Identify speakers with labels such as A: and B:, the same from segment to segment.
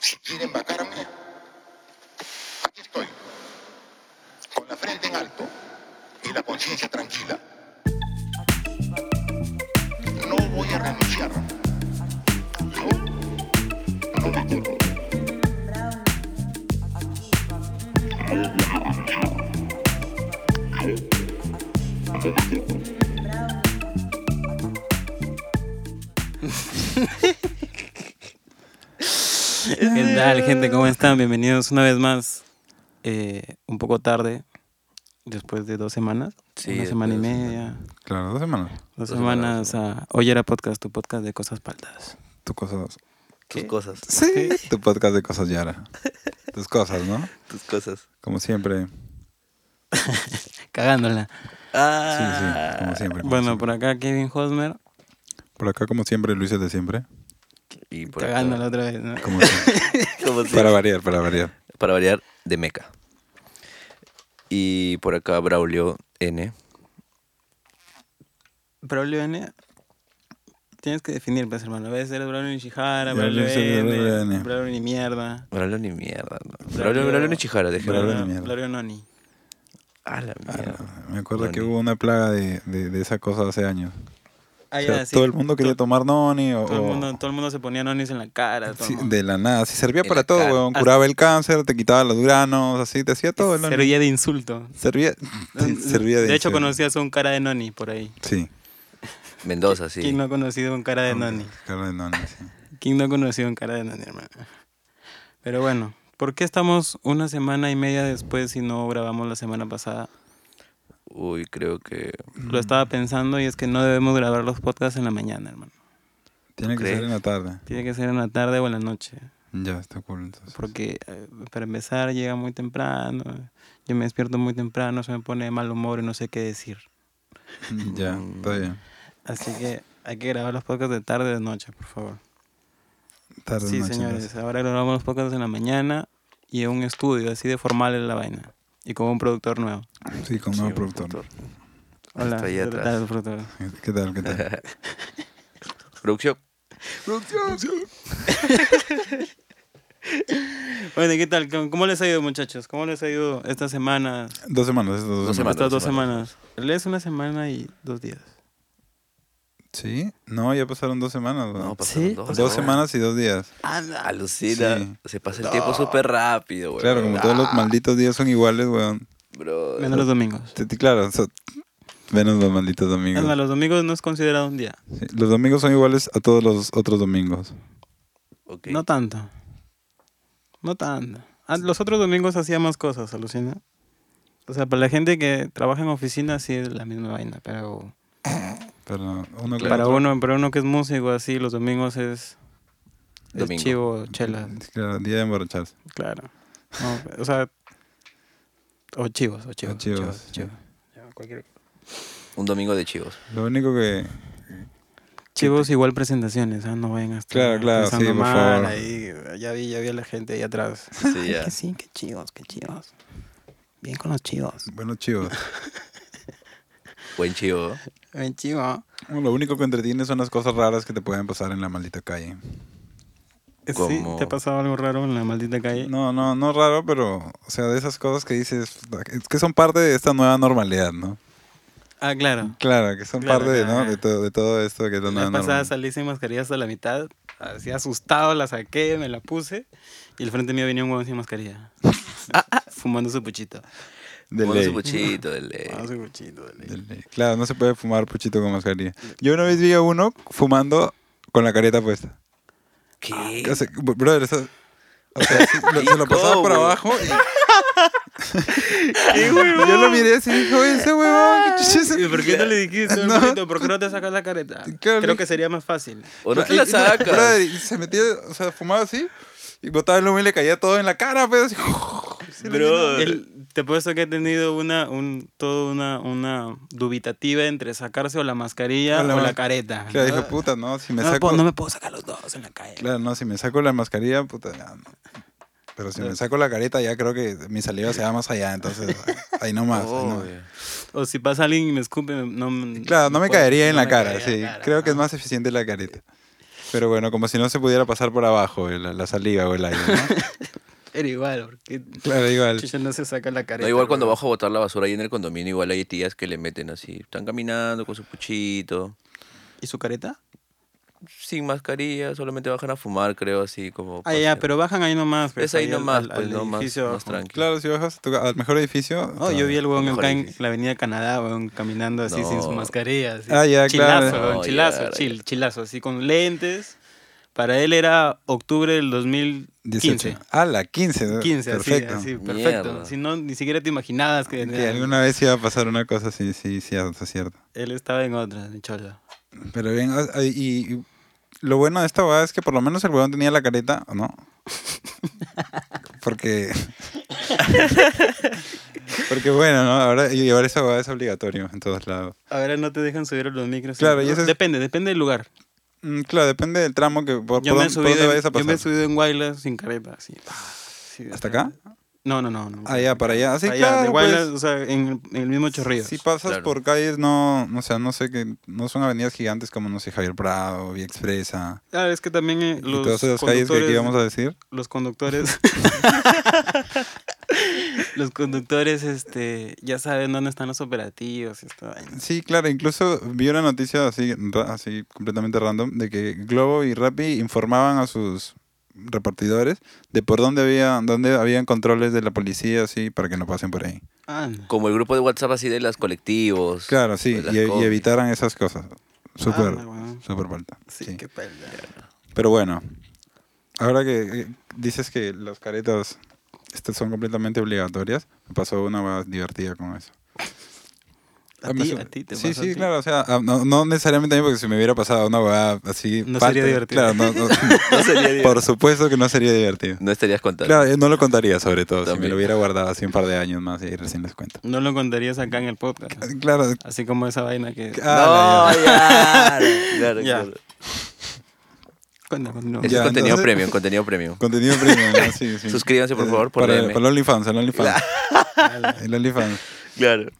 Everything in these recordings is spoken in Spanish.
A: Si quieren vacarme, aquí estoy, con la frente en alto y la conciencia tranquila. No voy a renunciar. No, no me corro.
B: ¿Qué tal, gente? ¿Cómo están? Bienvenidos una vez más. eh, un poco tarde, después de dos semanas.
C: Sí,
B: una semana y
C: después de dos
B: media.
D: Claro, dos semanas.
B: Dos
C: Dos semanas,
B: semanas a Hoy era podcast, tu podcast de cosas paltas.
D: Tu cosas.
C: Tus cosas,
D: Sí. Tu podcast de cosas Yara. Tus cosas, ¿no?
C: tus cosas.
D: Como siempre.
B: Cagándola.
C: Ah.
D: Sí, sí. Como siempre. como
B: Ah, Bueno,
D: siempre.
B: por acá Kevin Hosmer,
D: Por acá, como siempre, Luis es de siempre.
C: Y por acá,
B: cagándola otra vez. ¿no?
D: Como siempre.
C: como si-
D: para
C: para...
D: variar, para variar.
C: variar, de Meca. Y por acá Braulio N.
B: Braulio N. Tienes que definir, pues, hermano. A veces eres Braulio Nishihara,
D: Ya,
B: Braulio
D: yo soy Braulio
B: N,
D: N.
B: Braulio ni mierda.
C: Braulio ni mierda. no. Braulio,
B: Braulio-
C: Braulio, ni Chijara, déjame.
D: Braulio-
B: Braulio
D: mierda.
B: Braulio Noni.
C: A la mierda.
D: Me acuerdo que
C: Noni.
D: hubo una plaga de, de, de esa cosa hace años.
B: Ah,
D: O sea,
B: ya, sí.
D: Todo el mundo quería tomar Noni o.
B: Todo el mundo,
D: o-
B: todo el mundo se ponía nonis en la cara. todo el
D: sí,
B: mundo.
D: de la nada. Sí, servía
C: En
D: para
C: la
D: todo,
C: cara.
B: Ah,
D: weón. Curaba el cáncer, te quitaba los granos, así, te hacía todo el Noni.
B: Servía de insulto.
D: Servía, sí, servía de.
B: de hecho,
D: insulto.
B: conocías a un cara de noni por ahí.
D: Sí.
C: Mendoza, sí.
B: ¿Quién no ha conocido un cara
D: Ah,
B: de noni?
D: Cara de Noni, sí.
B: ¿Quién no ha conocido un cara de noni, hermano? Pero bueno, ¿por qué estamos una semana y media después si no grabamos la semana pasada?
C: Uy, creo que.
D: Mm.
B: Lo estaba pensando y es que no debemos grabar los podcasts en la mañana, hermano.
D: Tiene que
C: crees?
D: ser en la tarde.
B: Tiene que ser en la tarde o en la noche.
D: Ya, está cool. Entonces.
B: Porque eh, para empezar llega muy temprano. Yo me despierto muy temprano, se me pone de mal humor y no sé qué decir.
D: Ya, está bien.
B: Así que hay que grabar los podcasts de tarde o de noche, por favor.
D: Tarde,
B: Sí,
D: noche,
B: señores.
D: entonces.
B: Ahora grabamos los podcasts en la mañana y en un estudio, así de formal es la vaina. Y con un productor nuevo.
D: Sí, con
C: Sí,
D: nuevo
C: un
D: productor.
B: Hola,
C: Está ahí
B: ¿qué
C: atrás.
B: tal, productor?
D: ¿Qué tal? ¿Qué tal?
C: Producción.
B: Bueno, ¿qué tal? ¿Cómo cómo les ha ido, muchachos? ¿Cómo les ha ido estas semanas?
D: Dos semanas, estas dos,
C: Dos
D: semanas.
C: semanas.
B: estas dos
C: dos
B: semanas. Le es una semana y dos días.
D: Sí, no, ya pasaron dos semanas. ¿no? pues,
C: No, pasaron
B: Sí,
C: dos,
D: dos semanas y dos días.
C: Alucina.
D: Sí.
C: Se pasa el tiempo súper rápido, güey. Ah,
D: Claro, como todos los malditos días son iguales, weón.
C: Bro.
B: Menos los domingos.
D: Te- te- Claro, so- menos los malditos
B: Es
D: domingos.
B: más, los domingos no es considerado un día.
D: Sí, Los domingos son iguales a todos los otros domingos.
C: Ok.
B: No tanto. No tanto. Ah, Los otros domingos hacíamos cosas, alucina. O sea, para la gente que trabaja en oficina sí es la misma vaina, pero...
D: Pero uno que
B: Para
D: otro-
B: uno, para uno que es músico así, los domingos es es
C: Domingo.
B: chivo, chelas,
D: Claro, día de emborracharse.
B: claro. No, o sea, o chivos, o chivos,
D: O chivos,
B: chivos,
D: sí.
B: chivos. Ya, cualquier-
C: Un domingo de chivos.
D: Lo único que.
B: Chivos igual presentaciones, ah, no vayan a estar
D: Claro, claro,
B: pensando
D: sí, por
B: mal
D: favor.
B: ahí, ya vi, ya vi a la gente ahí atrás.
C: Sí, ya.
B: Que sí, que chivos, que chivos. Bien con los chivos.
D: Bueno, chivos.
C: Buen chivo.
B: Bien chivo.
D: Bueno, lo único que entretiene son las cosas raras que te pueden pasar en la maldita calle.
B: Eh, ¿Sí?
C: Como-
B: ¿Te ha pasado algo raro en la maldita calle?
D: No, no, no raro, pero, o sea, de esas cosas que dices, puta, es que son parte de esta nueva normalidad, ¿no?
B: Ah, claro.
D: Claro, que son
B: Claro,
D: parte de,
B: claro.
D: ¿no? de, todo, de todo esto que es la
B: La
D: nueva
B: vez pasada
D: normalidad.
B: salí sin mascarilla hasta la mitad, así asustado, la saqué, me la puse y al frente mío venía un huevón sin mascarilla. Ah, ah, fumando su puchito.
D: De
C: Pon su
D: ley.
C: puchito, de ley.
B: Fumando su puchito. de ley.
D: De ley. Claro, no se puede fumar puchito con mascarilla. Yo una vez vi a uno fumando con la careta puesta.
C: ¿Qué?
D: O sea, bro- brother, eso- o sea, se, lo, se lo pasaba por
C: ¿Cómo?
D: abajo y... Yo lo miré así y dije, oye, ese huevón,
B: Ah.
D: ¿qué chucha es eso?"
B: ¿Y por qué no le dijiste,
D: No.
B: hermanito, por qué no te sacas la careta?
D: Claro.
B: Creo que sería más fácil.
C: ¿O no te
D: Y-
C: la
D: y- brother,
C: sacas?
D: y se metía, o sea, fumaba así y botaba el humo y le caía todo en la cara, pero así...
C: Bro.
B: Él- te puesto que he tenido una, un, toda una, una dubitativa entre sacarse o la mascarilla
D: O la
B: o la
D: mas-
B: careta.
D: Claro,
B: ¿no?
D: dije, puta, no, si me
B: Ah. no, me
D: saco...
B: puedo, no me puedo sacar los dos en la calle.
D: Claro, no, si me saco la mascarilla, puta, ya, no. Pero si me saco la careta, ya creo que mi saliva se va más allá, entonces ahí nomás. ahí nomás.
C: Obvio.
B: O si pasa alguien y me escupe, no
D: Claro, no me caería en
B: no
D: la
B: me
D: cara,
B: caería en
D: sí.
B: la cara,
D: creo que es
B: ajá.
D: más eficiente la careta. Pero bueno, como si no se pudiera pasar por abajo el- la, saliva o el aire, ¿no?
B: Pero igual, porque
D: Claro, igual.
B: chucha no se saca la careta.
C: No, igual cuando
B: bro.
C: bajo a botar la basura ahí en el condominio, igual hay tías que le meten así. Están caminando con su puchito,
B: ¿Y su careta?
C: sin mascarilla, solamente bajan a fumar, creo, así como.
B: Ah, ya,
C: paseo.
B: pero bajan ahí nomás. pues,
C: Es ahí
B: al-
C: nomás,
B: al-
C: pues,
B: al
C: no más,
B: edificio
C: más
B: abajo.
C: tranquilo.
D: Claro, si bajas a tu- al mejor edificio.
B: Oh, yo vi al huevón
C: Mejor
B: acá en
C: edificio.
B: la avenida Canadá, weón, caminando así sin su
C: No.
B: mascarilla. así.
D: Ah, ya,
B: chilazo,
D: claro.
B: weón,
C: No, ya,
B: chilazo,
C: ya.
B: chil- chilazo, así con lentes. Para él era octubre del 2015.
D: 18. Ah, la 15.
B: 15, así,
D: Perfecto.
B: así,
C: Mierda.
B: perfecto. Si no, ni siquiera te imaginabas que,
D: Que alguna vez iba a pasar una cosa así, sí, cierto, cierto.
B: él estaba en otra, en Cholo.
D: Pero bien, ah, ah, y, y lo bueno de esta weá es que por lo menos el weón tenía la careta, ¿o no? Porque. Porque bueno, ¿no? Ahora llevar esa weá es obligatorio en todos lados.
B: Ahora no te dejan subir a los micros.
D: Claro,
B: ¿sí?
D: y eso es-
B: Depende, depende del lugar.
D: Mm, Claro, depende del tramo que por,
B: Yo
D: por
B: me, he
D: dónde, por dónde
B: subido, en-
D: vayas a
B: yo
D: pasar.
B: me he subido en Guaylas sin careta, así. Sí,
D: ¿Hasta acá?
B: No, no, no. no.
D: Ah, ya, para allá. Así,
B: Allá, de
D: claro. pues,
B: Guaylas, o sea, en, en el mismo Chorrillos.
D: si pasas
C: Claro.
D: por calles, no, o sea, no sé que no son avenidas gigantes como, no sé, Javier Prado, Vía Expresa.
B: Ah, es que también eh,
D: y
B: los
D: todas esas calles que
B: conductores-
D: aquí íbamos a decir.
B: los conductores los conductores este ya saben dónde están los operativos y esta vaina.
D: Sí, claro, incluso vi una noticia así, ra- así completamente random de que Globo y Rappi informaban a sus repartidores de por dónde había dónde habían controles de la policía así para que no pasen por ahí.
B: Anda.
C: Como el grupo de WhatsApp así de las colectivos.
D: Claro, sí,
C: de las
D: y, y
C: combis.
D: evitaran esas cosas. Súper,
B: Anda, weón.
D: súper falta.
B: Sí,
D: sí.
B: qué pelda.
D: Pero bueno, ahora que eh, dices que las caretas estas son completamente obligatorias, me pasó una más divertida con eso.
B: A
D: Ah, me
B: ti-
D: su-
B: a ti te
D: Sí,
B: pasó a
D: sí,
B: ti.
D: claro, o sea, ah, no, no necesariamente a mí, porque si me hubiera pasado una huevada así...
B: No
D: falta-
B: sería divertido.
D: Claro, no, no- Por supuesto que no sería divertido.
C: No estarías contando.
D: Claro, yo no lo contaría sobre todo, si me
C: También.
D: lo hubiera guardado así un par de años más y recién les cuento.
B: No lo contarías acá en el podcast.
D: Claro,
B: Así como esa vaina que
D: ah,
C: no, ya. Claro,
B: Ya.
C: claro.
B: Cuenta, continúa.
C: Ese
D: Ya,
C: es contenido
D: entonces-
C: premium, contenido premium.
D: Contenido premium, ¿no? sí, sí.
C: Suscríbanse, por
D: Eh,
C: favor, por
D: para,
C: DM.
D: para el OnlyFans, el OnlyFans. el OnlyFans.
C: Claro.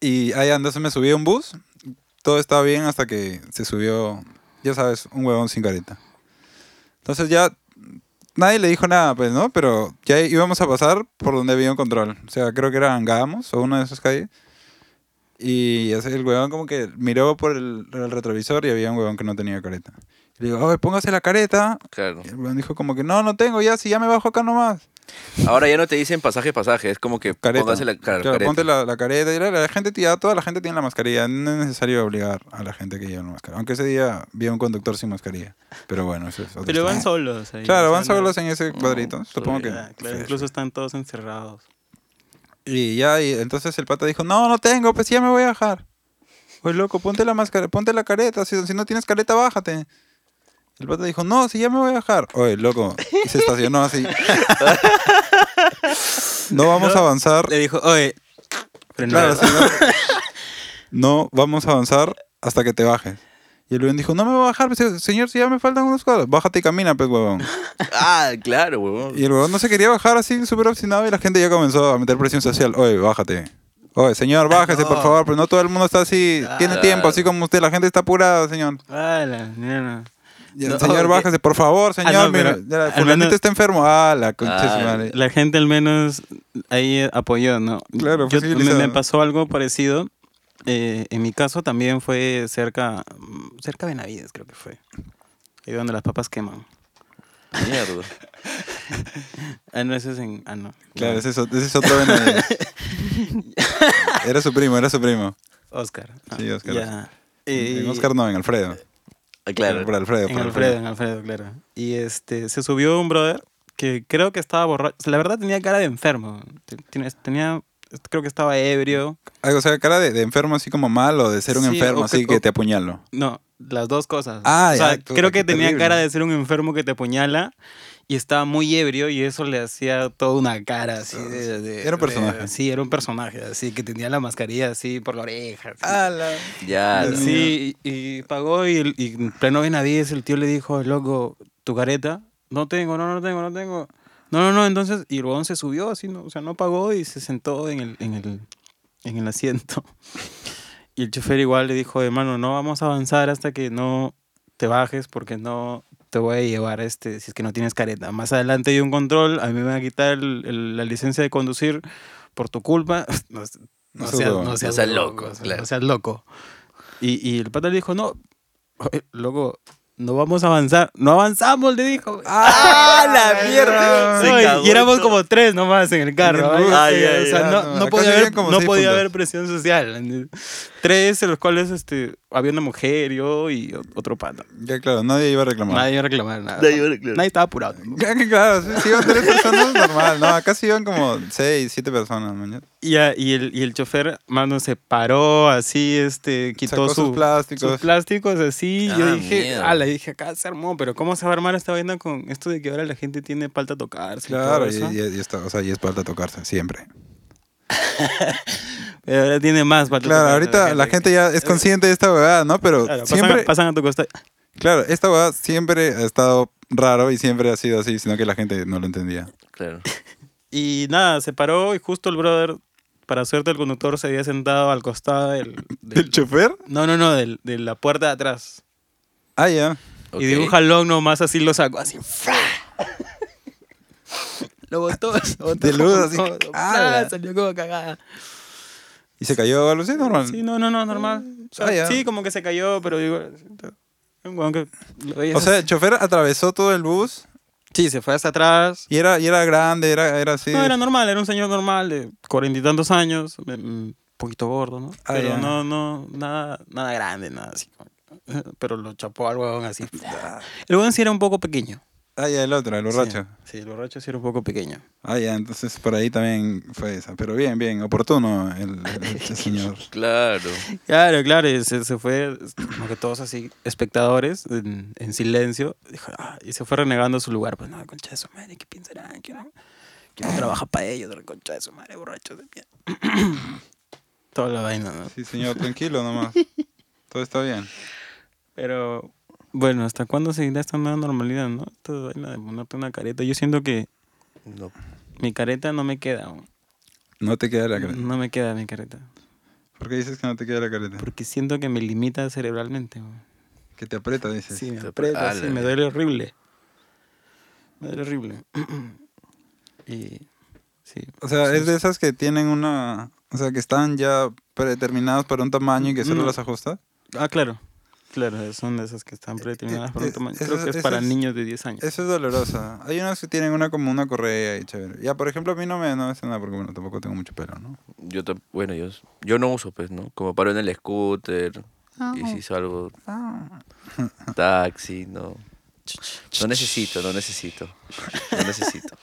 D: Y ahí entonces me subí a un bus. Todo estaba bien hasta que se subió, ya sabes, un huevón sin careta. Entonces ya nadie le dijo nada, pues, ¿no? Pero ya íbamos a pasar por donde había un control. O sea, creo que era Angamos o una de esas calles. Y ese- el huevón como que miró por el, el retrovisor y había un huevón que no tenía careta. Le digo, a ver, póngase la careta.
C: Claro.
D: Y el huevón dijo como que, no, no tengo ya, si ya me bajo acá nomás.
C: Ahora ya no te dicen pasaje, pasaje. Es como que
D: Careta.
C: póngase la claro,
D: Claro,
C: careta.
D: ponte la, la careta. Y la, la gente, ya toda la gente tiene la mascarilla. No es necesario obligar a la gente que lleva la mascarilla. Aunque ese día vi a un conductor sin mascarilla. Pero bueno, eso es otra
B: Pero van
D: historia.
B: solos. ahí,
D: Claro,
B: o
D: van
B: sea, no-
D: solos en ese cuadrito. supongo que.
B: Ah, claro,
D: sí.
B: incluso están todos encerrados.
D: Y ya, y entonces el pata dijo: No, no tengo, pues ya me voy a bajar. Pues loco, ponte la máscara, ponte la careta. Si, si no tienes careta, bájate. El pata dijo: No, si ya me voy a bajar. Oye, loco. Y se estacionó así. no vamos a avanzar.
B: Le dijo, oye, pero no,
D: Claro, sí, no, No vamos a avanzar hasta que te bajes. Y el weón dijo, no me voy a bajar, pues, señor, si ya me faltan unos cuadros, bájate y camina, pues, huevón.
C: Ah, claro, huevón.
D: Y el huevón no se quería bajar así, súper obstinado, y la gente ya comenzó a meter presión social. Oye, bájate. Oye, señor, bájese, por favor, pero no Ah. todo el mundo está así, tiene
C: Claro.
D: tiempo, así como usted, la gente está apurada, señor. eh,
B: Ah, la mierda.
D: Y el
B: No,
D: señor,
B: oye.
D: bájese, por favor, señor,
B: no,
D: mira,
B: pero
D: ya la
B: al
D: fulanita
B: menos-
D: está enfermo. Ah, la concha de su
C: Ah,
D: madre.
B: La gente al menos ahí apoyó, ¿no?
D: Claro,
B: Yo,
D: fue
B: me,
D: civilizada.
B: me pasó algo parecido. Eh, en mi caso también fue cerca, mm, cerca de Benavides creo que fue. Ahí donde las papas queman.
C: Mierda.
B: Ah, no, ese es en... Ah, no.
D: Claro,
B: No,
D: ese es, o- ese es otro Benavides. era su primo, era su primo.
B: Oscar. Ah,
D: Sí, Oscar.
B: ya.
D: En
B: Eh,
D: Oscar no, en Alfredo.
C: Ah, Claro.
D: Por Alfredo,
B: En
D: por
B: Alfredo, en Alfredo, claro. Y este, se subió un brother que creo que estaba borracho. La verdad tenía cara de enfermo. Te- tiene- Tenía, creo que estaba ebrio.
D: Ah, o sea, cara de, de enfermo así como malo, de ser un
B: Sí,
D: enfermo
B: o que-
D: así que
B: o-
D: te apuñalo.
B: No, las dos cosas.
D: Ah,
B: o sea,
D: ya, puta,
B: creo que
D: qué
B: tenía
D: terrible.
B: cara de ser un enfermo que te apuñala y estaba muy ebrio y eso le hacía toda una cara así de... de-
D: Ah, Era un
B: de-
D: personaje.
B: sí, era un personaje, así que tenía la mascarilla así por la oreja. así.
D: Ah,
C: Ya.
D: Dios mío.
B: Sí, y, y pagó y, el- y en pleno Benavides el tío le dijo, loco, tu careta, no tengo, no, no tengo, no tengo. No, no, no, entonces, y el huevón se subió así, no, o sea, no pagó y se sentó en el, en el, en el asiento. Y el chofer igual le dijo, hermano, no vamos a avanzar hasta que no te bajes porque no te voy a llevar este, si es que no tienes careta. Más adelante hay un control, a mí me van a quitar el- el- la licencia de conducir por tu culpa. No, no
D: No seas
B: seas,
D: huevón.
B: no seas
C: No seas
B: loco,
C: loco,
B: o sea,
C: claro.
B: no seas loco. Y, y el pata le dijo, no, oye, loco, no vamos a avanzar, no avanzamos, le dijo.
D: ¡Ah, la mierda!
C: Se
B: No, y-
C: cagó
B: y éramos
C: todo.
B: como tres nomás en el carro.
D: En el bus,
B: Ay,
C: sí,
B: ay, o sea,
D: ya,
B: no,
D: no,
B: no
D: acá
B: podía,
D: se
B: haber,
D: viven como
B: no
D: seis
B: podía
D: puntos.
B: haber presión social. Tres, en los cuales este, había una mujer, yo y o- otro pata.
D: Ya, claro, nadie iba a reclamar.
B: Nadie iba a reclamar nada.
C: Nadie iba a reclamar.
B: Nadie estaba apurado.
D: Ya que Claro, sí, si iban tres personas, normal. No, acá sí iban como seis, siete personas, mañana.
B: Y, a- y el, y el chofer, mano, se paró así, este, quitó
D: Sacó sus
B: su-
D: plásticos.
B: sus plásticos así.
C: Ah,
B: yo dije,
C: mierda.
B: ah, le dije, acá se armó, pero ¿cómo se va a armar esta vaina con esto de que ahora la gente tiene falta tocarse? y todo
D: Claro, y,
B: eso?
D: y- y está, o sea, y es falta tocarse, siempre.
B: Pero ahora tiene más falta
D: Claro,
B: tocarse
D: ahorita la gente ya es consciente de esta huevada, ¿no? Pero
B: Claro, pasan a-
D: siempre,
B: pasan a tu costado.
D: claro, esta huevada siempre ha estado raro y siempre ha sido así, sino que la gente no lo entendía.
C: Claro.
B: Y nada, se paró y justo el brother, para suerte del conductor, se había sentado al costado del... del-
D: ¿Del chofer?
B: no, no, no, del- de la puerta de atrás.
D: Ah, ya.
B: Y de un
C: Ok.
B: jalón nomás así lo sacó, así. ¡fra! lo botó, lo botó
D: De luz,
B: como-
D: así, Ah,
B: como-
D: ¡ala!
B: ¡fra! salió como cagada.
D: ¿Y se cayó algo así? Normal.
B: Sí, no, no, no, normal. O sea,
D: Ah, ya.
B: sí, como que se cayó, pero digo... un huevón que lo veías
D: o sea,
B: así.
D: el chofer atravesó todo el bus
B: sí, se fue hasta atrás.
D: y era, y era grande, era, era así.
B: No, era normal, era un señor normal de cuarenta y tantos años, mm, un poquito gordo, ¿no?
D: Ah,
B: Pero
D: ya.
B: no, no, nada, nada grande, nada así. como- Pero lo chapó al huevón así. El huevón sí era un poco pequeño.
D: Ah, ya, el otro, el borracho.
B: Sí, sí, el borracho sí era un poco pequeño.
D: Ah, ya, entonces por ahí también fue esa. Pero bien, bien, oportuno el, el- el señor.
C: Claro.
B: Claro, claro, y se, se fue, como que todos así, espectadores, en, en silencio, dijo, "Ah", y se fue renegando su lugar. Pues no, concha de su madre, ¿qué pensarán? Que no, que no trabaja para ellos, la concha de su madre, borracho de mierda. Toda la vaina, ¿no?
D: Sí, señor, tranquilo nomás. Todo está bien.
B: Pero bueno, ¿hasta cuándo seguirá esta nueva normalidad, no? Esta vaina de ponerte una careta. Yo siento que
C: No.
B: mi careta no me queda. aún.
D: No te queda la careta. Ah.
B: No me queda mi careta.
D: ¿Por qué dices que no te queda la careta?
B: Porque siento que me limita cerebralmente. güey.
D: Que te aprieta, dices.
B: Sí, me
C: te-
B: aprieta,
C: ah,
B: sí,
C: la
B: me
D: eh.
C: mierda.
B: duele horrible. Me duele horrible. y sí.
D: O sea, es de esas que tienen una... O sea, que están ya predeterminadas para un tamaño y que solo
B: No.
D: las ajustas.
B: Ah, claro. Claro, son de esas que están predeterminadas por
D: eh,
B: un tamaño.
D: esas-
B: Creo que es para
D: esas-
B: niños de 10 años.
D: Eso es dolorosa. Hay unas que tienen una como una correa y chévere. Ya, por ejemplo, a mí no me no me hace nada porque, bueno, tampoco tengo mucho pelo, ¿no?
C: Yo tam- bueno, yo, yo no uso, pues, ¿no? Como paro en el scooter y
D: Ah.
C: si salgo taxi, no. No necesito, no necesito. No necesito.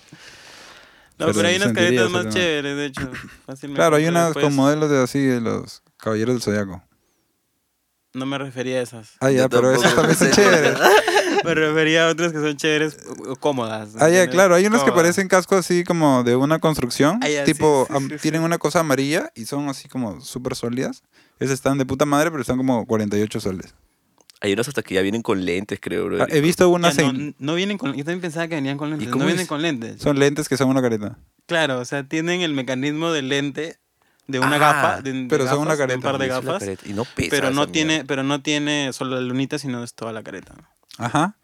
B: No,
D: Pero
B: pero hay unas
D: sentiría
B: caretas
D: ese
B: más
D: tema.
B: chéveres, de hecho. Fácilmente
D: Claro, hay unas
B: después-
D: con modelos de así, de los caballeros del zodiaco.
B: No me refería a esas.
D: Ah, ya,
C: Yo
D: pero
C: tampoco
D: esas también son
C: pensé.
D: chéveres.
B: Me refería a otras que son chéveres o- o cómodas.
D: Ah, ya,
B: ¿entiendes?
D: claro, hay unos que
B: Cómodas.
D: parecen cascos así como de una construcción,
B: Ah, ya, sí,
D: tipo,
B: sí,
D: am-
B: sí, sí.
D: tienen una cosa amarilla y son así como súper sólidas. Esas están de puta madre, pero están como 48 soles.
C: Hay unos hasta que ya vienen con lentes, creo, bro.
D: Ah,
B: eh,
D: he visto
B: Ya,
D: unas en-
B: no, no vienen con. Yo también pensaba que venían con lentes.
C: cómo
B: No vienen
C: es?
B: con lentes.
D: Son lentes que son una careta.
B: Claro, o sea, tienen el mecanismo de lente de una
C: Ah,
B: gafa. de- de
D: pero
B: gafas,
D: son una
B: de
D: careta,
B: Un par de
C: Es una
B: gafas.
C: careta, Y no pesa.
B: Pero no,
C: esa
B: tiene,
C: mierda,
B: pero no tiene solo la lunita, sino es toda la careta.
D: Ajá.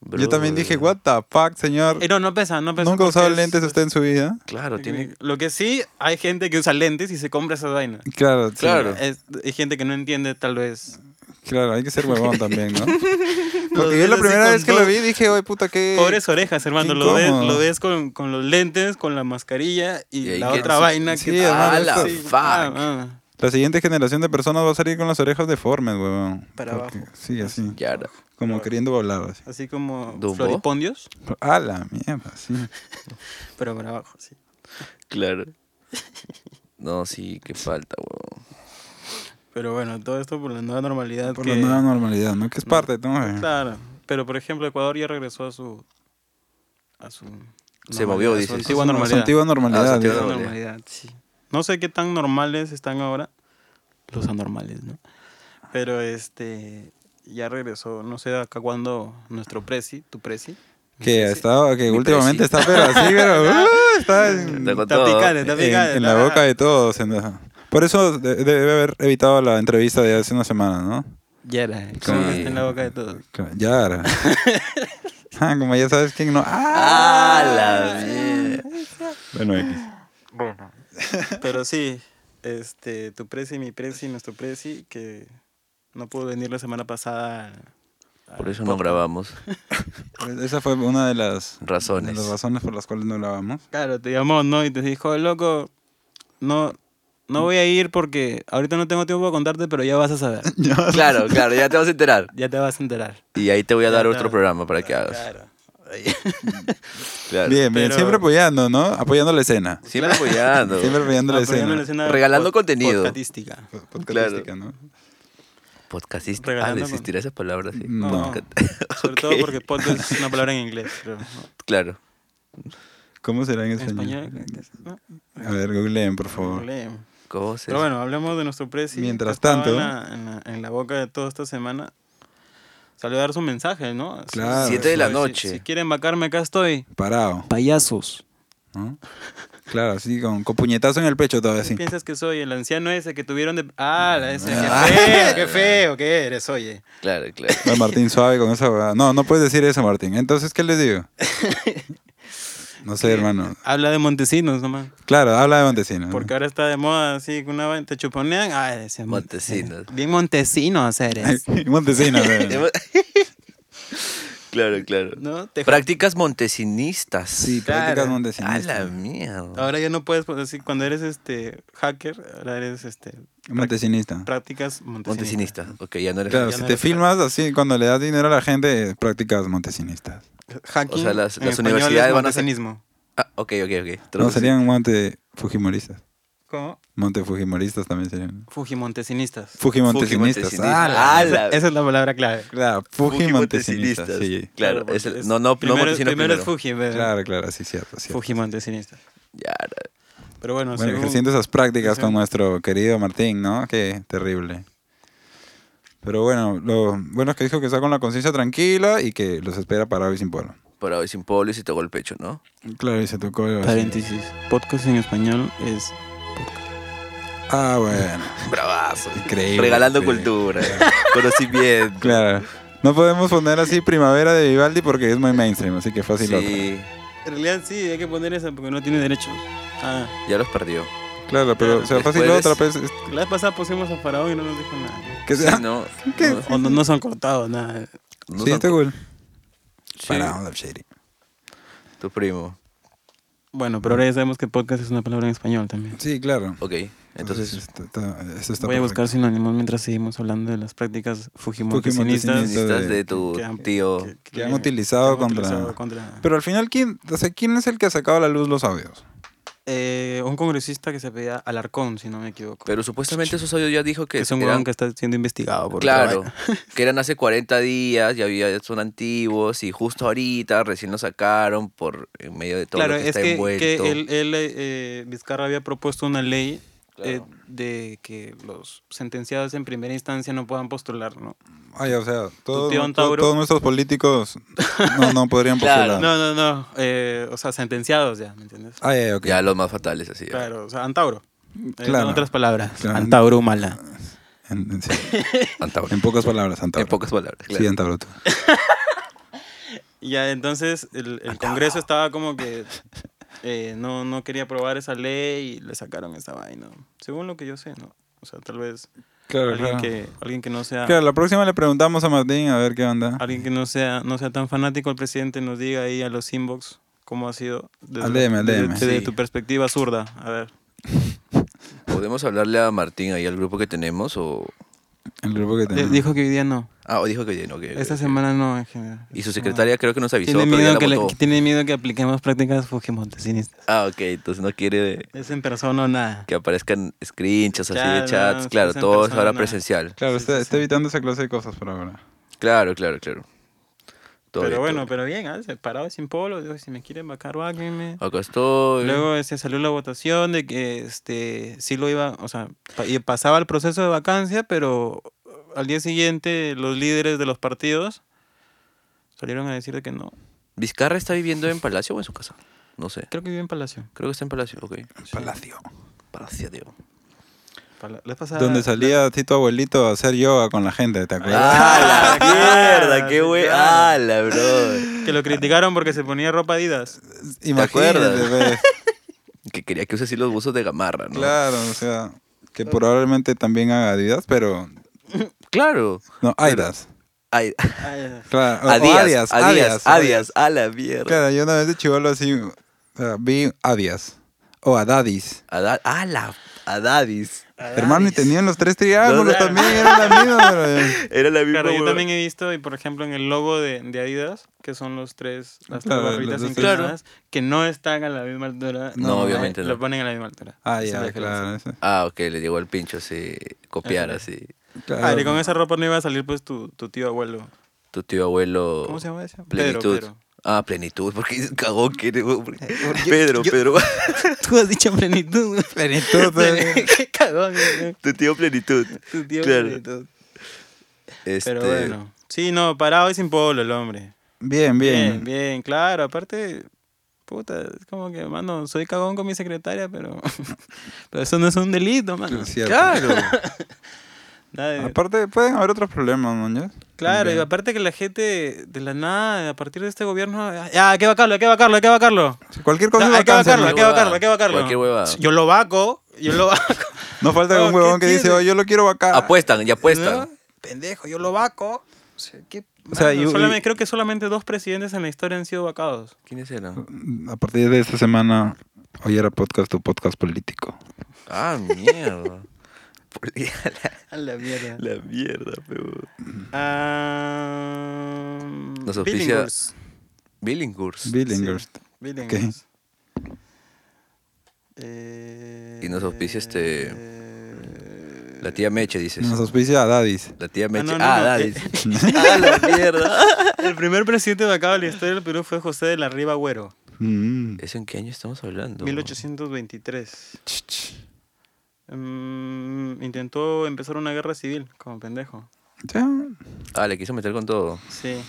C: bro.
D: Yo también dije, what the fuck, señor.
B: Eh, no, no pesa, no pesa.
D: Nunca ha
B: porque
D: usado
B: es-
D: lentes usted en su vida.
C: Claro, tiene.
B: Lo que sí, hay gente que usa lentes y se compra esa vaina.
D: Claro, sí.
C: Claro.
B: Es- hay gente que no entiende, tal vez.
D: Claro, hay que ser huevón también, ¿no? Porque yo
B: ves
D: la
B: así
D: primera
B: con
D: vez que
B: dos-
D: lo vi dije, oye, puta, qué...
B: Pobres orejas, hermano. Lo ves,
D: incómodo.
B: lo ves con, con los lentes, con la mascarilla y,
C: Y ahí
B: la
C: que-
B: otra
C: sí,
B: vaina
D: sí,
B: que
D: hermano,
B: Ah,
D: eso-
B: la
C: sí.
B: fuck. Ah, ah.
D: La siguiente generación de personas va a salir con las orejas deformes, huevón.
B: Para abajo.
D: Sí, así.
C: Ya, no.
D: Como queriendo hablar así.
B: Así como
C: ¿Dumbo?
B: floripondios,
D: A la mierda, sí.
B: pero para abajo, sí.
C: claro. No, sí, qué falta, weón.
B: Pero bueno, todo esto por la nueva normalidad.
D: Por
B: que-
D: la nueva normalidad, ¿no? Que es parte, ¿no?
B: Claro. Pero por ejemplo, Ecuador ya regresó a su. A su
C: Se
B: normalidad,
C: movió,
B: a su
C: dices.
B: Antigua
D: Su- su
B: normalidad.
D: antigua normalidad.
C: Ah, su antigua
D: digo.
B: Esa
C: Normalidad.
B: normalidad, sí. No sé qué tan normales están ahora los anormales, ¿no? Pero este ya regresó, no sé acá cuándo nuestro presi, tu presi.
D: Que estaba, que
C: Mi
D: últimamente
C: presi.
D: está, pero así, pero uh, está en,
C: Está con
B: Está
C: todo.
B: picante, está picante.
D: en- en la boca de todos. en la- Por eso de- debe haber evitado la entrevista de hace una semana, ¿no?
B: Ya era, como que está en la boca de todos.
D: Ya era. Ah, como ya sabes quién no. ¡Ah!
C: ¡Ah, la mierda!
D: Bueno, X.
B: Bueno. Pero sí, este, tu presi, mi presi, nuestro presi, que no pudo venir la semana pasada.
C: Por eso no grabamos.
D: Pues Esa fue una de las
C: Razones.
D: de las razones por las cuales no grabamos.
B: Claro, te llamó, ¿no? Y te dijo, loco, no, no voy a ir porque ahorita no tengo tiempo para contarte, pero ya vas a saber.
C: Claro, claro, ya te vas a enterar.
B: Ya te vas a enterar.
C: Y ahí te voy a dar otro
B: está.
C: programa para que hagas.
B: Claro.
C: Claro.
D: Bien, bien.
B: Pero-
D: Siempre apoyando, ¿no? Apoyando la escena.
C: Siempre apoyando.
D: Siempre apoyando la
B: Apoyando la
D: escena.
B: escena
C: Regalando
B: pod-
C: contenido.
B: podcastística.
D: Podcastística, ¿no?
C: Podcastista. Ah,
B: Regalando con-
C: desistirá esas palabras. Sí.
D: No.
C: Podcast-
B: Sobre
C: Ok.
B: todo porque podcast es una palabra en inglés. Pero,
C: Claro.
D: ¿Cómo será en
B: En
D: español?
B: español, ¿no?
D: A ver, googleen, por
C: Oh.
D: favor.
B: Googleen.
C: ¿Cómo se-
B: Pero bueno, hablemos de nuestro presi.
D: Mientras
B: que estaba
D: tanto-
B: En la, en la- en la boca de toda esta semana. Salió a dar su mensaje, ¿no? Así,
D: Claro.
C: Siete de la
B: si-
C: noche.
B: Si, quieren vacarme, acá estoy.
D: Parado,
B: Payasos.
D: ¿no? Claro, así con, con puñetazo en el pecho todavía así.
B: ¿Piensas que soy el anciano ese que tuvieron de. Ah, la- ese.
D: Ah.
B: Qué feo, qué feo que eres, oye.
C: Claro, claro.
D: Ay, Martín, suave con esa huevada. No, no puedes decir eso, Martín. Entonces, ¿qué les digo? No sé, hermano.
B: Habla de Montesinos nomás.
D: Claro, habla de Montesino. ¿no?
B: Porque ahora está de moda así, con una vaina, te chuponean. Ah, ese Mon-
C: Montesinos.
B: Bien Montesinos eres.
D: Montesino. ¿no?
C: claro, claro.
B: ¿No? Te
C: Prácticas montesinistas.
D: Sí,
B: Claro.
D: prácticas
C: A
D: montesinistas.
C: la mierda.
B: Ahora ya no puedes pues, decir, cuando eres este hacker, ahora eres este
D: Montesinista.
B: prácticas montesinistas.
C: Montesinistas. Ok, ya no eres.
D: Claro,
B: Ya
D: si
B: no
D: te
B: eres-
D: filmas así, cuando le das dinero a la gente, eh, prácticas montesinistas.
B: Hacking.
C: O sea, las-
B: en español
C: las
B: es
C: universidades van a hacer-
B: montesinismo.
C: Ah, ok, ok, ok.
D: No,
C: Traducción.
D: serían monte fujimoristas.
B: ¿Cómo?
D: Monte fujimoristas también serían.
B: Fujimontesinistas.
D: Fujimontesinistas.
C: Fujimontesinistas.
D: Ah, la-
C: Ah,
B: Esa,
C: la-
B: esa es la palabra clave.
D: Claro, fujimontesinistas. Sí.
C: Claro,
B: porque
C: es el- no, no,
B: primero,
C: no montesinos
B: primero
C: primero.
B: es Fuji, pero-
D: Claro, claro, sí, cierto. cierto.
B: Fujimontesinistas.
C: Ya, la-
B: Pero bueno,
D: Bueno,
B: según-
D: ejerciendo esas prácticas con
B: según-
D: nuestro querido Martín, ¿no? Qué terrible. Pero bueno, lo bueno es que dijo que está con la conciencia tranquila y que los espera parado y sin pueblo.
C: Para hoy sin polo y se tocó el pecho, ¿no?
D: Claro, y se tocó. el-
B: Paréntesis. Podcast en español es
D: Ah, bueno.
C: Bravazo.
D: Increíble,
C: Regalando
D: increíble.
C: cultura. conocimiento.
D: Claro. No podemos poner así Primavera de Vivaldi porque es muy mainstream, así que fácil otra.
C: Sí,
B: En realidad sí, hay que poner esa porque no tiene derechos. Ah,
C: ya los perdió.
D: Claro, pero o sea, fácil
C: Después-
D: otra pues, es
B: la vez pasada pusimos a Faraón y no nos dijo nada.
D: que
C: Sí,
D: sea.
C: no.
D: Ah, ¿Qué?
C: no,
B: O no nos han cortado nada.
C: no son
D: sí, este está cool.
C: Sí,
D: Parado, Love Shady.
C: tu primo.
B: Bueno, pero ahora ya sabemos que podcast es una palabra en español también.
D: Sí, claro.
C: Ok, entonces
D: esto está, esto está
B: Voy a
D: perfecto.
B: buscar sinónimos mientras seguimos hablando de las prácticas
D: Fujimontesinistas.
B: fujimontesinistas
C: necesitas
D: de-
C: de tu
B: que han-
C: tío.
B: que-
D: Que han utilizado
B: que han
D: contra-
B: utilizado contra-
D: Pero al final, ¿quién, o sea, ¿quién es el que ha sacado a la luz los audios?
B: Eh, un congresista que se pedía Alarcón, si no me equivoco.
C: Pero supuestamente esos audios ya dijo
B: que
C: que,
B: es un
C: eran-
B: huevón que está siendo investigado por otra
C: Claro,
B: vaina.
C: que eran hace 40 días, ya había, son antiguos y justo ahorita recién lo sacaron por en medio de todo
B: Claro,
C: lo
B: es
C: que está
B: que, que
C: envuelto.
B: él, él, eh, Vizcarra había propuesto una ley eh,
C: Claro.
B: de que los sentenciados en primera instancia no puedan postular, ¿no?
D: Ay, o sea, todos,
B: tío
D: to-
B: Antauro?
D: todos nuestros políticos no, no podrían
C: Claro. Ah,
D: postular.
B: No, no, no. eh, o sea, sentenciados ya, ¿me entiendes?
D: Ay, ay, ok.
C: Ya los más fatales así.
B: Claro, o sea, Antauro. Eh,
D: Claro.
B: En otras palabras,
D: Claro.
B: Antauro mala.
D: En, en- sí.
C: Antauro.
D: En pocas palabras,
C: En
D: Antauro.
C: pocas palabras.
D: Sí,
C: Claro.
D: Antauro. tú.
B: Ya, entonces el, el Congreso estaba como que eh, no, no quería aprobar esa ley y le sacaron esa vaina. Según lo que yo sé, ¿no? O sea, tal vez
D: Claro,
B: alguien,
D: claro.
B: Que, alguien que no sea
D: Claro, la próxima le preguntamos a Martín a ver qué onda.
B: alguien que no sea no sea tan fanático el presidente nos diga ahí a los inbox cómo ha sido desde,
D: Al DM, al
B: desde-
D: DM.
B: desde
C: Sí.
B: tu perspectiva zurda. A ver.
C: ¿Podemos hablarle a Martín ahí al grupo que tenemos? o
D: El grupo que
B: Di-
D: tenemos.
B: Dijo que hoy día no.
C: Ah, o dijo que ya no. Que,
B: Esta
C: que-
B: semana no, en general.
C: Y su secretaria creo que nos avisó,
B: Tiene
C: pero ya
B: miedo,
C: la
B: que le-
C: votó.
B: que tiene miedo que apliquemos prácticas fujimontesinistas.
C: Ah, ok, entonces no quiere
B: Es en persona o nada.
C: que aparezcan screenshots así
B: Claro,
C: de chats.
B: no,
C: claro,
B: es en
C: todo es ahora
B: persona.
C: presencial.
D: Claro, está, está evitando esa clase de cosas por ahora.
C: Claro, claro, claro. Todo
B: pero
C: bien,
B: bueno,
C: todo
B: pero bien, ah, se parado sin polo. digo, si me quieren vacar, váquenme.
C: bien. Acá estoy.
B: Luego este, salió la votación de que este sí lo iba, o sea, pa- y pasaba el proceso de vacancia, pero uh, al día siguiente los líderes de los partidos salieron a decir de que no.
C: ¿Vizcarra está viviendo en Palacio o en su casa? No sé.
B: Creo que vive en Palacio.
C: Creo que está en Palacio, ok.
D: Palacio.
C: Palacio, tío.
B: pa- la vez
C: Ah,
B: pasada.
D: Donde salía Tito Abuelito a hacer yoga con la gente, ¿te acuerdas?
C: ¡Ah, la
B: Claro,
C: mierda! ¡Qué
B: sí,
C: wey! ¡Ah,
B: claro.
C: la bro!
B: Que lo criticaron porque se ponía ropa Adidas.
D: Imagínate,
C: Ah, acuerdas?
D: pues.
C: Que quería que use así los buzos de gamarra, ¿no?
D: Claro, o sea, que probablemente también haga Adidas, pero
C: Claro.
D: no, Adidas.
C: Ay,
D: Claro, o- o
C: adidas, adidas, adidas,
D: Adidas.
C: a la mierda.
D: Claro, yo una vez de chivolo así o sea, vi Adidas o Adadis.
C: A, da- a la a Dadis.
D: Hermano, y tenían los tres triángulos
C: Los-
D: también, eran la misma, pero
C: Era la misma.
B: Claro, yo
C: hueva.
B: también he visto, y por ejemplo, en el logo de, de Adidas, que son los tres, las
D: Claro,
B: tres barritas
D: los dos,
B: inclinadas, que no están a la misma altura.
C: No, obviamente no.
B: Lo ponen a la misma altura.
D: Ah,
B: Esa es la
D: ya,
B: diferencia.
D: claro. ese-
C: Ah, ok, le llegó al pincho así, copiar
B: Ajá.
C: así.
D: claro.
B: Ah, y con esa ropa no iba a salir pues tu, tu tío abuelo.
C: Tu tío abuelo.
B: ¿Cómo se llama ese? Pedro,
C: Oh. Plenitud.
B: Pedro.
C: Ah, plenitud, porque dices cagón que eres, güey? Pedro, Pedro.
B: Tú has dicho plenitud.
D: Plenitud, eh.
B: Qué cagón. güey.
C: tu tío plenitud.
B: Tu tío
C: Claro.
B: plenitud.
C: Este,
B: Pero bueno. Sí, no, parado y sin pueblo el hombre.
D: Bien,
B: Bien,
D: bien.
B: bien, claro. Aparte, puta, es como que, mano, soy cagón con mi secretaria, pero, pero eso no es un delito, mano.
D: Cierto.
C: Claro.
B: Nada de-
D: Aparte, pueden haber otros problemas, ¿no? ¿Ya?
B: claro, y
D: También.
B: aparte que la gente de la nada, a partir de este gobierno, ah, que vacarlo, que vacarlo, que vacarlo.
D: Cualquier cosa
B: Hay
D: va
B: que vacarlo, hay
D: a
B: que
C: Cualquier
B: vacarlo,
C: huevada.
B: hay que vacarlo.
C: Cualquier huevada.
B: Yo lo vaco, yo lo vaco.
D: No falta
B: No,
D: un
B: ¿qué
D: huevón que dice,
B: tiene?
D: oh, yo lo quiero vacar.
C: Apuestan, ya
B: ¿no?
C: apuestan.
B: Pendejo, yo lo vaco. O sea, ¿qué-
D: O sea,
B: mano,
D: yo-
B: solamente- creo que solamente dos presidentes en la historia han sido vacados.
C: ¿Quiénes eran?
D: A partir de esta semana, hoy era podcast tu podcast político.
C: Ah, mierda. Por- la,
B: A la mierda.
C: la mierda, pero.
B: Ah,
C: Nos auspicia-
B: Billinghurst.
C: Billinghurst.
D: Billinghurst.
B: Billinghurst. Eh,
C: Y nos auspicia este-
B: eh,
C: La tía Meche, dices.
D: Nos auspicia a Dadis.
C: La tía Meche.
B: no,
C: Ah,
B: no, eh. no,
C: Dadis. ah, la mierda.
B: El primer presidente vacado de la historia del Perú fue José de la Riva Agüero,
D: Mm.
C: ¿Eso en qué año estamos hablando?
B: 1823. Mm, intentó empezar una guerra civil como pendejo.
D: Ya.
C: Ah, le quiso meter con todo.
B: Sí.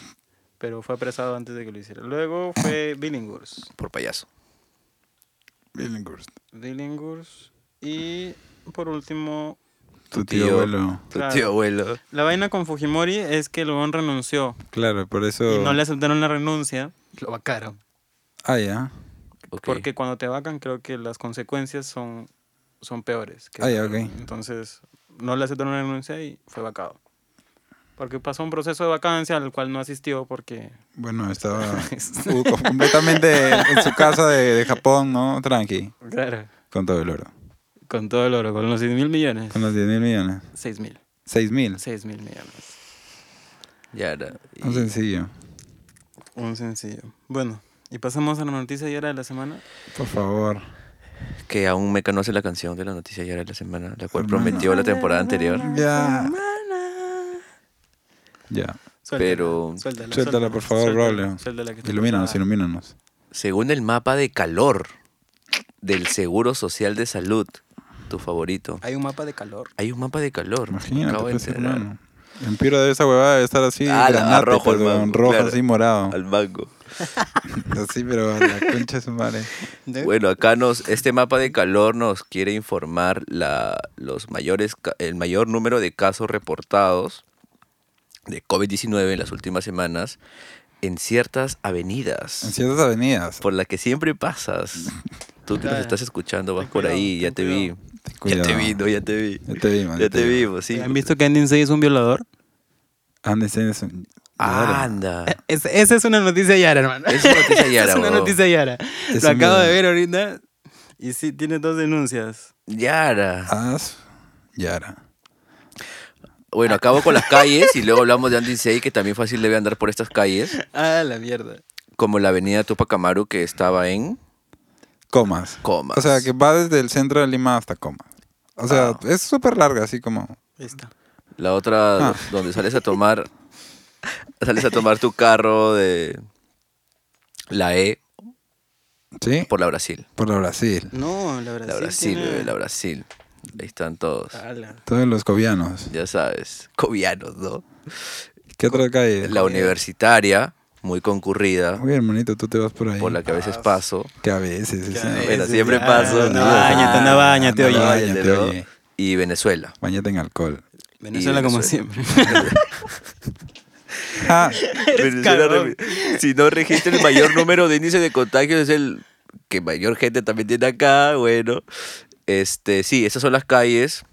B: Pero fue apresado antes de que lo hiciera. Luego fue Billinghurst.
C: Por payaso.
D: Billinghurst.
B: Billinghurst. Y por último,
D: Tu tío, abuelo.
C: Tu
B: Claro.
C: tío abuelo.
B: La vaina con Fujimori es que el huevón renunció
D: Claro, por eso.
B: y no le aceptaron la renuncia. Lo vacaron.
D: Ah, ya.
C: Ok.
B: Porque cuando te vacan, creo que las consecuencias son, son peores. que-
D: Ah, ya, ok.
B: Entonces, no le aceptaron la renuncia y fue vacado. Porque pasó un proceso de vacancia al cual no asistió porque.
D: Bueno, estaba u- co- completamente en su casa de, de Japón, ¿no? Tranqui.
B: Claro.
D: Con todo el oro.
B: Con todo el oro, con los 6 mil millones.
D: Con los 10 mil millones.
B: 6 mil.
D: 6 mil.
B: 6 mil millones.
C: Ya era. Y-
D: Un sencillo.
B: Un sencillo. Bueno, y pasamos a la noticia y era de la semana.
D: Por favor.
C: Que aún Meca no hace la canción de la noticia ya de la semana, la cual
D: Hermano. Ah,
C: prometió la temporada anterior.
D: Ya. Ya.
B: Suéltala,
C: Pero-
B: Suéltala,
D: Suéltala, por favor,
B: suéltala,
D: Braulio.
B: suéltala, que está
D: Ilumínanos,
B: preparada.
D: ilumínanos.
C: Según el mapa de calor del Seguro Social de Salud, tu favorito,
B: Hay un mapa de calor.
C: hay un mapa de calor. me
D: Imagínate,
C: acabo de
D: pues,
C: enterar.
D: hermano. En Piura de esa huevada debe estar así.
C: Ah, la- a
D: granate,
C: rojo el
D: pero
C: mango,
D: rojo,
C: claro.
D: así morado.
C: Al mango.
D: Así, pero a la concha de su madre.
B: ¿Eh?
C: Bueno, acá nos, este mapa de calor nos quiere informar la, los mayores, ca- el mayor número de casos reportados de COVID-19 en las últimas semanas en ciertas
D: En
C: avenidas
D: ciertas avenidas.
C: por las que siempre pasas. Tú que nos
B: Claro.
C: estás escuchando, vas
B: Ten
C: por ahí,
B: cuidado,
C: ya
B: ten
C: te vi.
B: cuidado.
C: Ya te
D: Cuidado.
C: vi, no, ya te vi.
D: Ya te vi, man,
C: Ya te vimos, sí.
B: ¿Han visto que Ending 6 es un violador?
D: Andes en eso. Claro.
C: Anda.
B: Es- esa es una noticia Yara, hermano.
C: Eh, Es una noticia yara,
B: es una
C: huevón.
B: noticia Yara.
D: Es
B: Lo acabo
D: un
B: de
D: violador.
B: ver ahorita. Y sí, tiene dos denuncias.
C: Yara.
B: Ah.
D: As. Yara.
C: Bueno, acabo con las calles y luego hablamos de Andy Say, que también fácil debe andar por estas calles,
B: Ah, la mierda.
C: como la avenida Tupac Amaru, que estaba en
D: Comas.
C: Comas.
D: O sea, que va desde el centro de Lima hasta Comas. O sea,
C: Ah.
D: es súper larga, así como.
B: Ahí está.
C: La otra,
D: Ah.
C: donde sales a tomar. sales a tomar tu carro de. La E
D: ¿Sí? Por,
C: por la Brasil.
D: la Brasil.
B: No, la Brasil.
C: La Brasil,
B: tiene- Ah.
C: bebé, la Brasil. Ahí están todos.
B: Ala.
D: Todos los cobianos.
C: Ya sabes, covianos, ¿no?
D: ¿Qué otra calle?
C: La universitaria, muy concurrida,
D: Oye, hermanito, tú te vas por ahí.
C: por la que a veces paso.
D: Que a veces. ese-
C: veces, siempre
B: Ah,
C: paso,
B: No
C: ¿no?
B: bañate, no bañate,
D: Ah,
B: oye.
D: no bañate,
C: ¿no?
D: oye.
C: y Venezuela.
D: Bañate en alcohol.
B: Venezuela como
C: Venezuela.
B: siempre.
D: Ah,
C: Venezuela,
B: cagón.
C: re- si no registra el mayor número de índice de contagios, es el que mayor gente también tiene acá, bueno. Este, sí, esas son las calles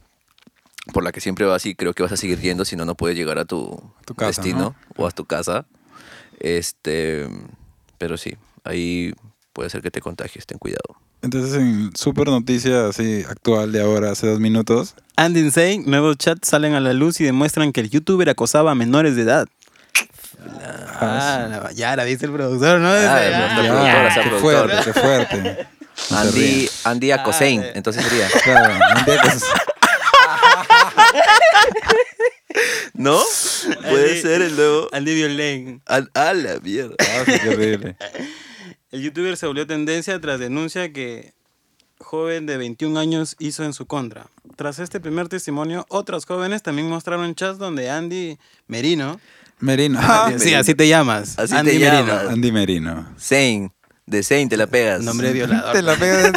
C: por las que siempre vas y creo que vas a seguir yendo, si no, no puedes llegar a tu,
D: Tu casa,
C: destino o a tu casa. Este, pero sí, ahí puede ser que te contagies, ten cuidado.
D: entonces en super noticia así actual de ahora, hace dos minutos.
B: And Insane, nuevos chats salen a la luz y demuestran que el youtuber acosaba a menores de edad. Ah, la- ya la viste el productor, ¿no?
C: Ah,
B: Ese-
C: el
B: ah,
C: productor,
B: ya.
C: productor, esa
D: qué
C: productora.
D: fuerte, qué fuerte.
C: Andy, Andy Acosein,
B: eh.
C: entonces sería.
D: Claro, un día que se-
C: ¿No? Puede ser el nuevo.
B: Andy Violén.
C: A, a la mierda.
D: Ah, sí, qué horrible.
B: El youtuber se volvió tendencia tras denuncia que joven de 21 años hizo en su contra. Tras este primer testimonio, otros jóvenes también mostraron chats donde Andy Merino.
D: Merino.
B: Ah, sí, así te llamas.
C: Así
B: Andy
C: te
B: Merino.
C: llamas.
D: Andy Merino.
C: Zane. De Zane te la pegas.
B: Nombre de violador.
D: Te la pego de-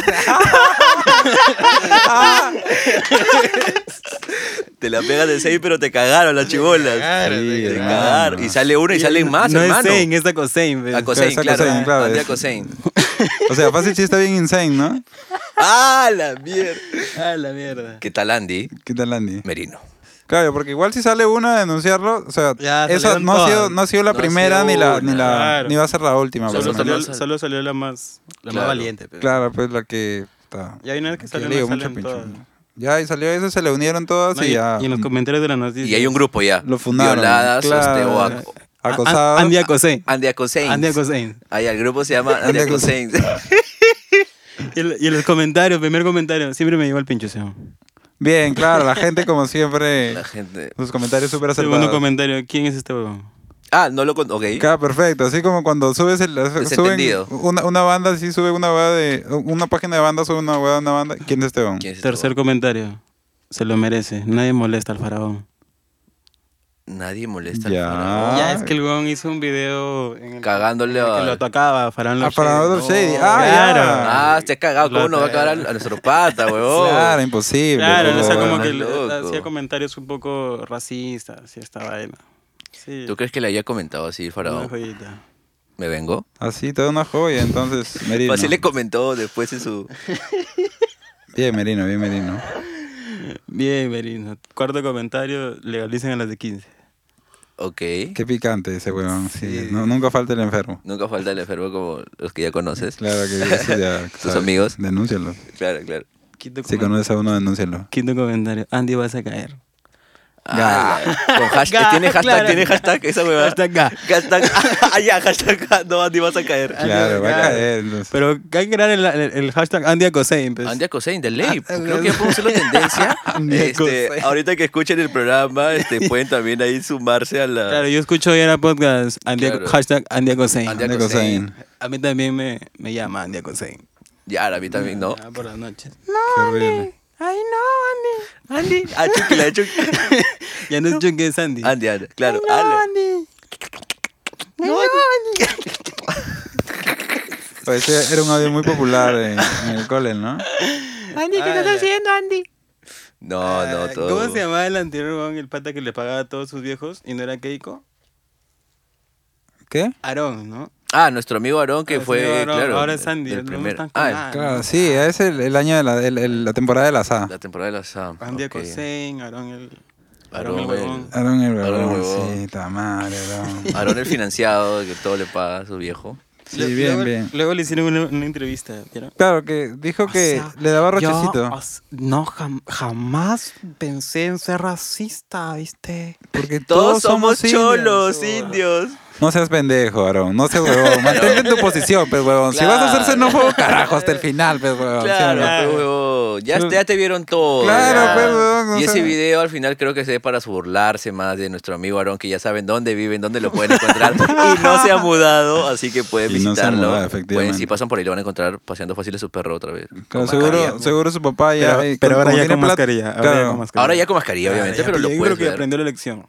C: Te la pegas de Zane, pero te cagaron las chibolas. Te
B: cagaron,
D: te
C: cagaron.
D: cagaron.
C: Y sale uno y salen más,
B: no
C: hermano.
B: es Zane, es Acosein.
C: Acosein,
D: Claro,
C: claro.
D: es Acosein, claro,
C: Andy
D: es-
C: Acosein.
D: O sea, fácil sí está bien insane, ¿no?
C: ¡Ah, la mierda!
B: Ah, la mierda.
C: ¿Qué tal, Andy?
D: ¿Qué tal, Andy?
C: Merino.
D: Claro, porque igual si sale una a denunciarlo, o sea,
B: Ya,
D: esa
B: salieron
D: no ha,
B: todas.
D: sido, no ha sido la
C: No ha
D: primera
C: sido
D: ni la, ni
C: una.
D: la
B: Claro.
D: ni va a ser la última.
C: Solo
D: pues,
B: Solo
D: ¿no?
B: salió,
C: salió-
B: solo salió la más, la
C: Claro.
B: más valiente. pero-
D: Claro, pues la que está.
B: Y hay una vez que salió,
D: le digo,
B: no salen
D: mucho
B: todas.
D: pinche. Ya, y salió eso, se le unieron todas
B: No,
D: y,
B: y,
D: ya.
B: y en los comentarios de la noticia.
C: Y hay un grupo ya.
D: Lo fundaron.
C: Violadas,
D: claro.
C: este, o ac-
B: A-
D: Acosadas.
B: A- Ah, Andy Acosein.
C: Ah, Andy Acosein.
B: Andy Acosein.
C: Ahí el grupo se llama
D: Andy
C: Andy Acosein.
B: Y, el- y en los comentarios, primer comentario, siempre me lleva el pincho. Seba.
D: Bien, claro, la gente como siempre.
C: La gente.
D: Los comentarios súper
B: Segundo
D: acertados.
B: comentario, ¿quién es este huevón?
C: Ah, no lo con... Ok.
D: Claro, perfecto. Así como cuando subes el, eh, suben
C: Desentendido.
D: una, una banda, así sube una hueá de. Una página de banda, sube una hueá de una banda. ¿Quién es este huevón?
C: ¿Quién es este
B: Tercer comentario, se lo merece, nadie molesta al faraón.
C: Nadie molesta
D: Ya.
C: al
D: Ah.
C: faraón.
B: Ya es que el huevón hizo un video en el
C: Cagándole
B: en el que
C: a-
B: lo atacaba, faraón
D: A
B: Love
D: Faraón
B: Shady.
D: Love Shady.
B: Oh,
D: Ah, ya.
C: Ah, te has cagado.
B: Lo
C: ¿Cómo nos va a
B: ataca.
C: cagar a nuestro pata, huevón?
D: Claro, imposible.
B: Claro,
D: por
B: o sea,
D: favor.
B: como que
C: Loco.
B: le- hacía comentarios un poco racistas y esta vaina. Sí,
C: ¿Tú crees que le haya comentado así el
B: una
C: faraón?
B: joyita.
C: ¿Me vengo?
D: Así, Ah, toda una joya, entonces, Merino.
C: Así le comentó después en su...
D: Bien, Merino, bien, Merino.
B: Bien, Merino. Cuarto comentario, legalicen a las de 15.
C: Ok.
D: Qué picante ese huevón. Sí. no- nunca falta el enfermo.
C: Nunca falta el enfermo como los que ya conoces.
D: Claro que eso ya.
C: Tus
D: sabes,
C: amigos.
D: Denúncialo.
C: Claro, claro.
B: Quinto,
D: Si
B: comen-
D: conoces a uno, denúncialo.
B: Quinto comentario, Andy vas a caer.
C: Ah, con hash-
B: Ga,
C: ¿Tiene hashtag?
B: claro.
C: ¿Tiene hashtag esa huevada?
B: Hashtag ga.
C: Hashtag... Ah, ya, hashtag ga. No, Andy, vas a caer.
D: Claro, va a caer. entonces.
B: Pero hay que crear el, el- el hashtag Andy Acosein. pues.
C: Andy Acosein, de ley. Creo que ya podemos hacer la tendencia.
D: Andy
C: Este,
D: Acosein.
C: ahorita que escuchen el programa, este, pueden también ahí sumarse a la...
B: Claro, yo escucho hoy en la podcast Andy Aco-
C: Claro.
B: hashtag Andy Acosein.
C: Andy
D: Andy
C: Acosein.
D: Acosein.
B: A mí también me, me llama Andy Acosein.
C: Ya, a mí también, ¿no?
B: Ah, por las noches.
D: Qué horrible.
B: Ay, no, Andy. Andy.
C: Ah, chuquila, chuquila.
B: ya no es John que es Andy.
C: Andy, Andy, claro.
B: No,
C: ala.
B: Andy. No, Andy.
D: Oye, ese Pues, eh, era un audio muy popular en, en el cole, ¿no?
B: Andy, ¿qué estás haciendo, Andy?
C: Ah, No, no, todo.
B: Ah, ¿Cómo se llamaba el anterior weón, el pata que le pagaba a todos sus viejos y no era Keiko?
D: ¿Qué?
B: Aarón, ¿no?
C: Ah, nuestro amigo Aarón, que
B: Ah, sí,
C: fue,
B: Aarón,
C: claro.
B: ahora es Andy,
C: del
B: no
C: primer-
B: están con
C: Ah,
B: nada.
D: Claro, sí, es el, el año de la, el- el- la temporada de la SA.
C: la temporada de la SAM.
B: Andy
C: ok.
B: Acosein, Aarón el.
C: Aarón
B: Aarón el
C: el-
B: huevón.
D: Aaron el
C: Aaron el
D: huevón,
C: huevón.
D: sí, ta madre, Aaron.
C: Aarón el financiado, que todo le paga a su viejo.
D: Sí,
B: Le-
D: bien,
B: luego,
D: bien.
B: Luego le hicieron una, una entrevista, ¿vieron?
D: Claro, que dijo que
B: O sea,
D: le daba
B: yo,
D: rochecito.
B: o s- no, jam- jamás pensé en ser racista, ¿viste?
D: Porque
C: Todos
D: todos,
C: somos
D: indios.
C: cholos, indios.
D: No seas pendejo, Aarón. No seas huevón. Mantente en tu posición, pues, huevón. Si vas a
C: Claro.
D: hacerse enojo, carajo, hasta el final, pues, huevón. ¿sí o
C: Claro,
D: no?
C: pues, huevón. Ya, te- ya te vieron todo.
D: Claro,
C: ya.
D: pues, huevón, no
C: Y ese
D: sé.
C: video al final creo que es para burlarse más de nuestro amigo Aarón, que ya saben dónde viven, dónde lo pueden encontrar. y no se ha mudado, así que pueden
D: Y no se ha
C: visitarlo.
D: mudado,
C: pueden,
D: efectivamente.
C: si pasan por ahí, lo van a encontrar paseando fácil a su perro otra vez.
D: Claro,
C: Con
D: seguro,
C: mascarilla.
D: seguro su papá ya.
B: Pero-
D: eh,
B: pero ahora
D: como
B: ya
D: tiene
B: con
D: plata-
B: mascarilla, ahora ya
D: Claro.
B: con mascarilla.
C: Ahora ya con mascarilla, obviamente,
B: Ah, ya
C: pero lo
B: pillé, yo
C: puedes
B: creo que
C: ver.
B: aprendió la lección.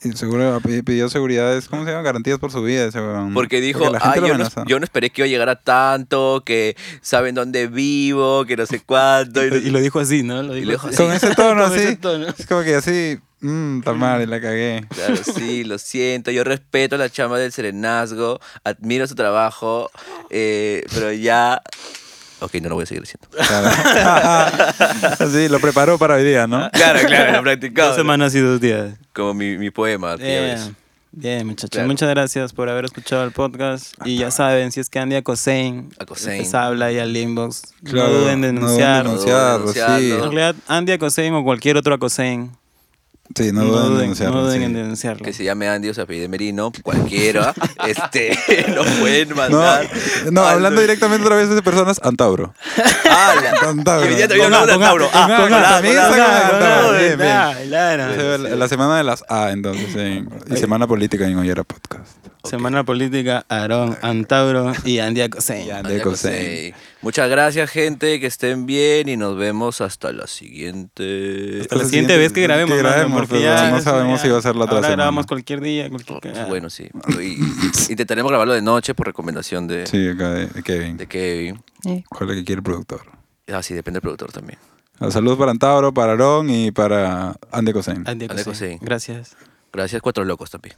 D: Y seguro pi- pidió seguridades, ¿cómo se llama? Garantías por su vida ese weón.
C: Porque dijo,
D: la
C: "Ah,
D: gente lo
C: yo, no,
D: amenaza".
C: yo no esperé que iba a llegar a tanto, que saben dónde vivo, que no sé cuánto.
B: Y, y lo dijo así, ¿no? Lo dijo,
C: lo dijo así.
D: Con ese tono
B: Con ese
D: así.
B: tono.
D: Es como que así, mmm, está mal, y la cagué.
C: Claro, sí, lo siento. Yo respeto la chamba del serenazgo, admiro su trabajo, eh, pero ya... Ok, no lo voy a seguir diciendo.
D: Claro. así, lo preparó para hoy día, ¿no?
C: Claro, claro, lo he
B: Dos
C: practicado.
B: semanas y dos días.
C: Como mi, mi poema. que ya ves.
B: Bien, bien, muchachos.
C: Claro.
B: Muchas gracias por haber escuchado el podcast. Y ya saben, si es que Andy Acosein
C: Acosein.
B: les habla ahí al inbox,
D: Claro,
B: no duden en
D: no duden
B: denunciar.
D: en denunciarlo, sí.
B: en realidad, Andy Acosein o cualquier otro Acosein,
D: Sí, no,
B: no,
D: duden en
B: duden,
D: denunciarlo,
B: no duden
D: sí.
B: en denunciarlo.
C: Que se llame Andy o se apellide Merino, cualquiera. este, lo pueden
D: No, eh,
C: mandar.
D: no,
C: al-
D: hablando directamente otra vez de personas, Antauro.
C: ¡Hala!
D: Antauro.
C: Y hoy día te voy a
D: Con
C: hablar de
D: A, con A,
C: Antauro. Ah,
D: con A,
C: con A,
D: también
C: con A,
D: sacan a
C: con A,
D: Antauro,
C: con A,
D: bien, bien. O
B: Claro.
D: sea, la, la semana de las A, entonces, en- y semana política en Ollera Podcast.
B: Semana Política, Aarón, Antauro y Andy Acosein.
D: Y Andy
C: Andy
D: Cosey.
C: Cosey. Muchas gracias, gente. Que estén bien y nos vemos hasta la siguiente.
B: Hasta la siguiente vez que grabemos, mano,
D: grabemos,
B: porque
D: pero
B: ya-
D: no sabemos
B: ya-
D: si va a ser la otra
B: ahora
D: semana.
B: grabamos cualquier día, cualquier Ah,
C: Oh, Bueno, sí. Y- intentaremos grabarlo de noche por recomendación de,
D: Sí, acá de, de Kevin.
C: de Kevin.
D: ¿Cuál es que quiere el productor?
C: Ah, sí, depende del productor también.
D: Ah, Saludos para Antauro, para Aarón y para Andy Cosen.
B: Andy Acosein.
C: Acosein.
B: Gracias.
C: Gracias, Cuatro Locos también.